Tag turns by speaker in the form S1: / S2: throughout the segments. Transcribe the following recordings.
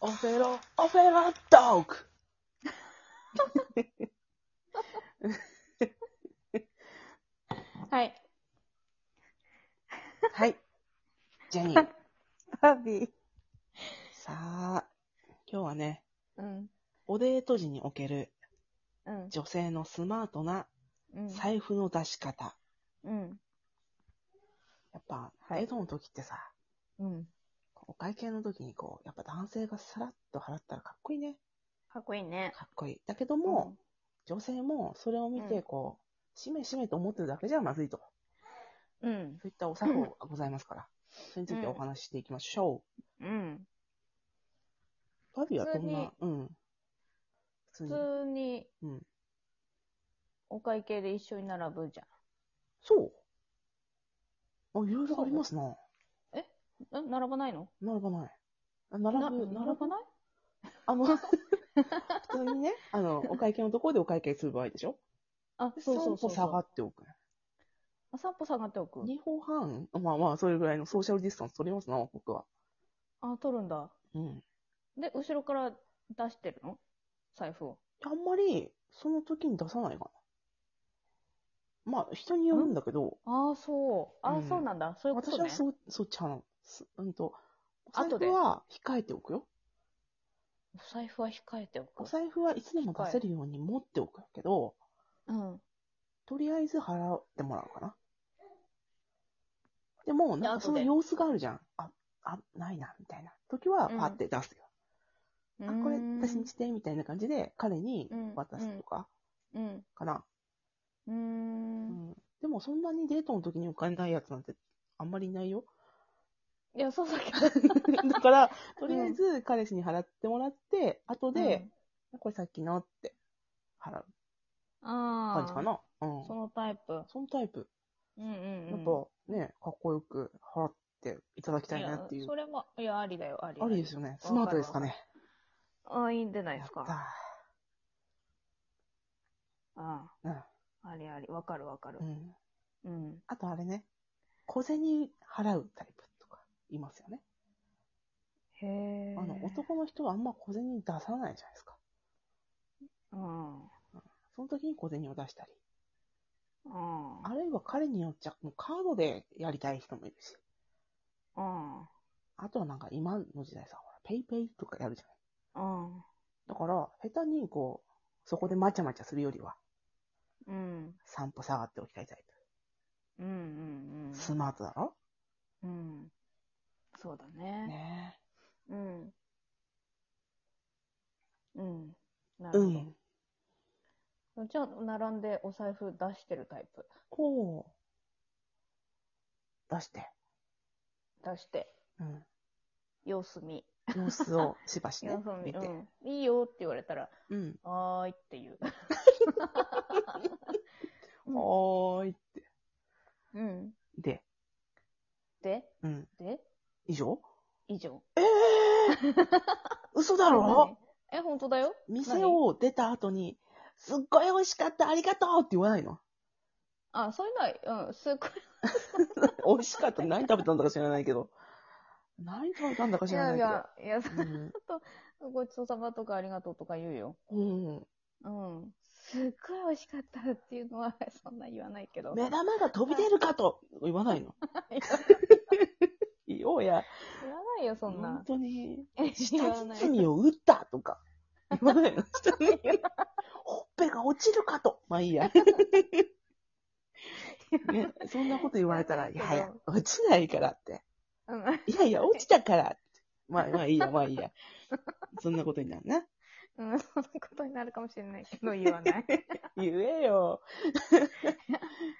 S1: オフェロ、オフェロドッグ
S2: はい。
S1: はい。ジェニー。
S2: バービー。
S1: さあ、今日はね、
S2: うん。
S1: おデート時における
S2: うん。
S1: 女性のスマートな
S2: うん。
S1: 財布の出し方。
S2: うん。
S1: やっぱ、
S2: はい
S1: デートの時ってさ、
S2: うん。
S1: お会計の時にこう、やっぱ男性がさらっと払ったらかっこいいね。
S2: かっこいいね。
S1: かっこいい。だけども、女性もそれを見
S2: う
S1: て
S2: ん
S1: こう、しめしめと思ってるだけじゃまずいと。
S2: うん。うん。
S1: そういったお作法がございますから、それについてお話ししていきましょ
S2: うん。
S1: う。バビはどんな
S2: 普、
S1: うん。普通
S2: 普
S1: に。
S2: 通に
S1: うん、
S2: お会計で一緒に並ぶじ
S1: そうあ、いろいろありますな。
S2: ゃん。ん並ばないの
S1: 並ばない。あ
S2: な
S1: 並
S2: 並
S1: ぶ、並ぶ。
S2: ばない
S1: あの、 普通にね、あの、お会計のところでお会計する場合でしょ
S2: あ、そうそうそうそ
S1: 3
S2: う。
S1: 歩下がっておく。
S2: あ三歩下がっておく。
S1: 2歩半まあまあ、それぐらいのソーシャルディスタンス取りますな、僕は。
S2: あ、取るんだ。
S1: うん。
S2: で、後ろから出してるの財布を。
S1: あんまり、その時に出さないかな。まあ、人によるんだけど、
S2: ああ、そう。ああ、
S1: うん
S2: そうなんだ。そういうこと
S1: 私
S2: ね。
S1: はそ、そっち派なの。すうんと、お財
S2: 後で
S1: 布は控えておくよ。
S2: お財布は控えておく
S1: お。財布はいつでも出せるように持っておくけど、
S2: うん。
S1: とりあえず払ってもらうかな。でも、なんか
S2: で
S1: そ
S2: 後
S1: の
S2: で
S1: 様子があるじゃん。あ、あ、ないな、みたいな時は、
S2: うん
S1: パって出すよ。あ、これ、私にして、みたいな感じで、彼に渡すとか、
S2: うん。
S1: かな。
S2: うーん。
S1: うんでも、そんなにデートの時にお金ないやつなんて、あんまりいないよ。
S2: いや、そうだけど。
S1: だから、とりあえず、彼氏に払ってもらって、後で、これさっきのって、払う
S2: うん、ああ。
S1: 感じかな。うん。
S2: そのタイプ。
S1: そのタイプ。
S2: うんうん、うん。
S1: やっぱね、かっこよく払っていただきたいなってい
S2: や
S1: う
S2: そ。れも、いや、ありだよ、ありだ
S1: あ
S2: よ。
S1: りですよね。スマートですかね。
S2: ああ、いいんじゃないです
S1: や
S2: か。あ
S1: った
S2: あ、ありあり。わかるわかる
S1: う。ん。うん。
S2: うん。
S1: あとあれね、小銭払うタイプとかいますよね。
S2: へえ。
S1: あの、男の人はあんま小銭出さないじゃないですか。
S2: うん。うん。
S1: その時に小銭を出したり。あるいは彼によっちゃ、もうカードでやりたい人もいるし。
S2: うん。
S1: あとはなんか今の時代さ、ほら、ペイペイとかやるじゃない。
S2: うん。
S1: だから、下手にこう、そこでまちゃまちゃするよりは、
S2: うん。
S1: 散歩下がっておきたいタイ
S2: うん。うん
S1: プ。スマートだろ
S2: うん。うん。そうだね。
S1: ね
S2: うん。うん。な
S1: え。う
S2: るほど。
S1: ん。
S2: じゃあ、並んでお財布出してるタイプ。
S1: こう、出して、
S2: 出して、
S1: うん。
S2: 様子見。
S1: 様子をしばしね
S2: 様子、見。
S1: 見て。
S2: うん。いいよって言われたら、
S1: うん。
S2: はーいっていう。うん
S1: はーい。
S2: うん。
S1: で、
S2: で、
S1: うん。
S2: で、
S1: 以上
S2: 以上。
S1: 嘘だろ
S2: 何え、本当だよ。
S1: 店を出た後に、すっごい美味しかった、ありがとうって言わないの
S2: あ、そういうのは、うん、すっごい。
S1: 美味しかった。何食べたんだか知らないけど。何食べたんだか
S2: い
S1: 知らな
S2: や、
S1: い
S2: い
S1: けど。
S2: や、いや、
S1: うん
S2: ごちそうさまとかありがとうとか言うよ。
S1: うん。
S2: うん。すっごい美味しかったっていうのは、 そんな言わないけど。
S1: 目玉が飛び出るかと言わないの。
S2: 言
S1: いようや、
S2: わないよ、そん
S1: 本
S2: な。
S1: 当に、
S2: 言わ
S1: 舌
S2: ない。
S1: 包を打ったとか。言わないの。舌包みほっぺが落ちるかと。まあいいや。ね、そんなこと言われたら、いやいや、落ちないからって。
S2: うん。
S1: いやいや、落ちたからって。まあまあいいや、まあいいや。そんなことになるな。
S2: うん、そんなことになるかもしれないけど、言わない。
S1: 言えよ。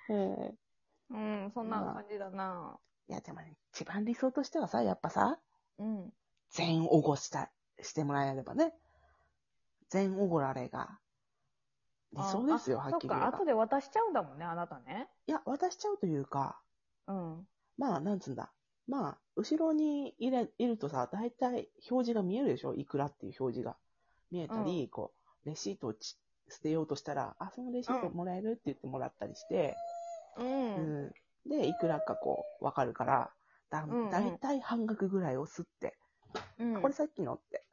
S1: うん
S2: うん、そんな感じだな。
S1: いや、でもね、一番理想としてはさ、やっぱさ、
S2: うん。
S1: 全おごした、してもらえればね。全おごられが。理想ですよ、
S2: あ
S1: はっきり言え
S2: そ
S1: ば
S2: っか、後で渡しちゃうんだもんね、あなたね。
S1: いや、渡しちゃうというか、
S2: うん。
S1: まあ、なんつうんだ。まあ、後ろにいれいるとさ、大体表示が見えるでしょいくらっていう表示が見えたり、こう、レシートをち捨てようとしたら、あ、そのレシート
S2: うん
S1: もらえるって言ってもらったりして、
S2: うん。
S1: うんで、いくらかこう、わかるから、だ
S2: うんうん
S1: 大体半額ぐらいをすって、
S2: うん
S1: これさっきのって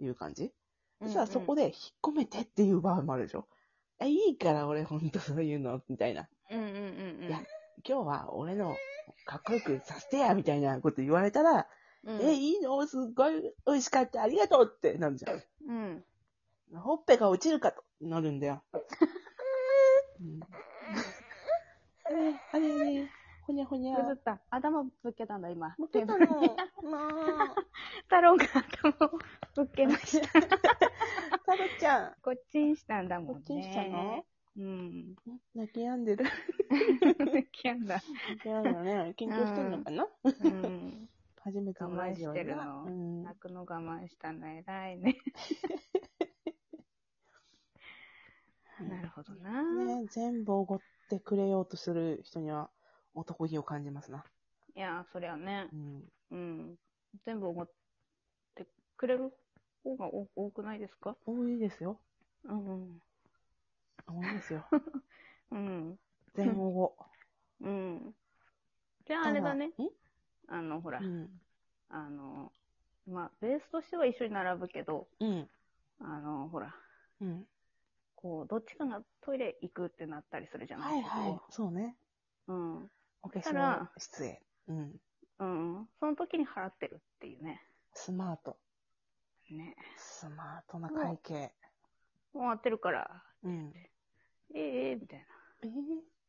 S1: いう感じ。
S2: う
S1: そ
S2: ん
S1: したらそこで引っ込めてっていう場合もあるでしょ。え、いいから俺ほんとそういうの、みたいな。
S2: うんうんうんうん。
S1: いや今日は俺のかっこよくさせてや、みたいなこと言われたら、
S2: うん、
S1: え、いいのすっごい美味しかった、ありがとうってなるじゃん。
S2: うん。
S1: ほっぺが落ちるかとなるんだよ。うんあれあれあれ、ほにゃほにゃ
S2: ぐ。ずった。頭ぶっけたんだ、今。
S1: 持ってたの。
S2: テーブルに
S1: も う、
S2: 太郎が頭をぶっ けました。
S1: タロちゃん。
S2: こっちにしたんだもん
S1: こ
S2: ね。
S1: っちにしたの
S2: うん。
S1: 泣き止んでる。
S2: キャンだ。
S1: 泣き止んだ ね。緊張してるのかな
S2: うん。
S1: 初めてのラジオでな
S2: 我慢してるの
S1: うん
S2: 泣くの我慢したの偉いね。なるほどな。
S1: ね、全部おごってくれようとする人には男気を感じますな。
S2: いや、そりゃね
S1: う。ん、
S2: うん。全部思ってくれる方が多多くないですか
S1: 多いですよ。
S2: うん。
S1: 多いです よ。
S2: うん。
S1: 全おご。
S2: うん。じゃああれだね。あの、ほら
S1: ただ。う、ん。
S2: あの、まあ、ベースとしては一緒に並ぶけど、
S1: うん。
S2: あの、ほら、
S1: うん。
S2: こう、どっちかがトイレ行くってなったりするじゃな
S1: はいい
S2: ですか。
S1: はい。そうね。
S2: うん。
S1: お化
S2: た
S1: 粧
S2: ら
S1: 室へ。うん。
S2: うん。その時に払ってるっていうね。
S1: スマート。
S2: ね。
S1: スマートな会計。
S2: 終わってるから、
S1: うん。
S2: ええええみたい
S1: えー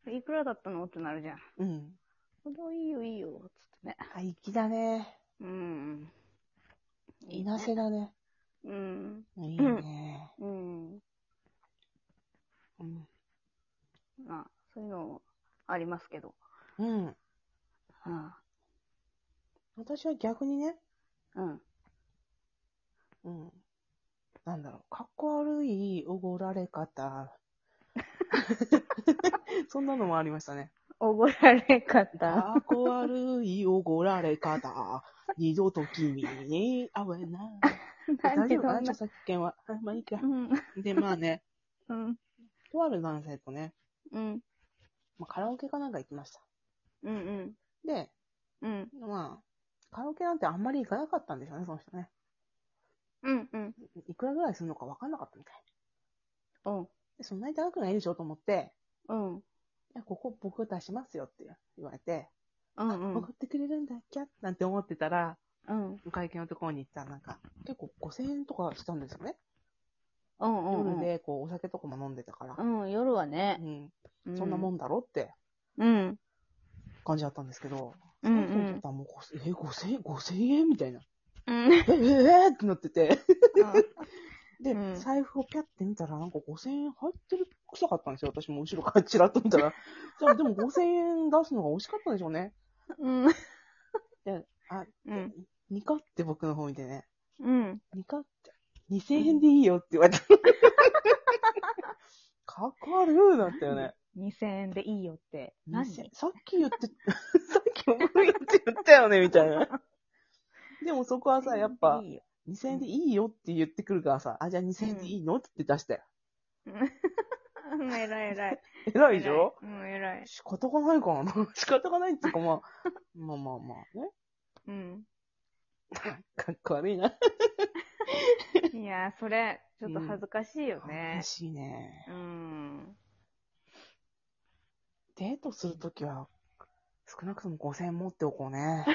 S2: な。いくらだったのってなるじゃん。
S1: うん。
S2: もういいよいいよ、つってね。
S1: あ、粋だね。
S2: うん。
S1: いなせだね。
S2: うん。
S1: いいね。
S2: うん。
S1: うん。
S2: まあ、そういうのありますけど。
S1: うん。
S2: うん。
S1: 私は逆にね、
S2: うん。
S1: うん。なんだろう、かっこ悪いおごられ方。 そんなのもありましたね。
S2: おごられ方。
S1: かっこ悪いおごられ方。二度と君に会えない。
S2: なん
S1: 大
S2: で
S1: 丈夫大
S2: そんな
S1: 丈夫、。さっき件は。あまあいいか
S2: う。ん。
S1: で、まあね、
S2: うん。
S1: とある男性とね、
S2: うん。
S1: まあ、カラオケかなんか行きました。
S2: うん。
S1: で、
S2: うん。
S1: まあ、カラオケなんてあんまり行かなかったんでしょうね、その人ね。
S2: うん。うん。
S1: いくらぐらいするのか分かんなかったみたい。
S2: うん。
S1: でそんなに高くないでしょと思って、
S2: うん。
S1: いや、ここ僕出しますよって言われて、
S2: うん。
S1: あ送ってくれるんだっけなんて思ってたら、
S2: うん。
S1: お会計のところに行ったらなんか、結構5000円とかしたんですよね。
S2: うん。
S1: 夜で、こう、お酒とかも飲んでたから
S2: う、ん、夜はね。
S1: うん、そんなも
S2: ん。
S1: んだろって
S2: うん。
S1: 感じだったんですけど、
S2: うんうん
S1: その人にとってはもう5000、え、5000円 ?5000 円みたいな。
S2: うん。
S1: え、ええってなってて。で、
S2: うん
S1: 財布をピャって見たら、なんか5000円入ってる臭かったんですよ。私も後ろからチラッと見たら。そうでも5000円出すのが惜しかったんでしょうね。
S2: うん。
S1: あ、
S2: うん。
S1: ニカって僕の方見てね。
S2: うん。
S1: ニカって、2000円でいいよって言われた。かかるだったよね。
S2: 2000円でいいよって。何
S1: 2000さっき言って、 さっきお前って言ったよね、みたいな。でもそこはさ、やっぱ
S2: い、いよ
S1: 2000円でいいよって言ってくるからさ、あ、じゃあ2000円でいいのって言って出したよ。
S2: うん、偉い偉い。
S1: 偉いでしょ
S2: うん、偉い。
S1: 仕方がないからな。仕方がないっていうか、まあ、まあまあまあね。
S2: うん。
S1: かっこ悪いな。
S2: いやー、それ、ちょっと恥ずかしいよね
S1: 嬉。しいね。
S2: うん。
S1: デートするときは、少なくとも5000円持っておこうね。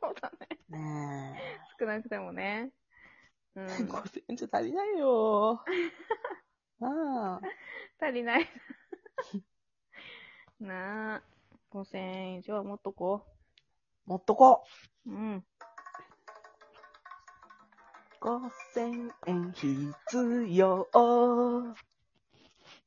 S2: そうだね。
S1: ね
S2: 少なくてもね。うん
S1: え。。5000円じゃ足りない よ。ああ。
S2: 足りない。 なあ。5000円以上は持っとこ
S1: 持っとこ
S2: う。うん。
S1: う。5000円必要。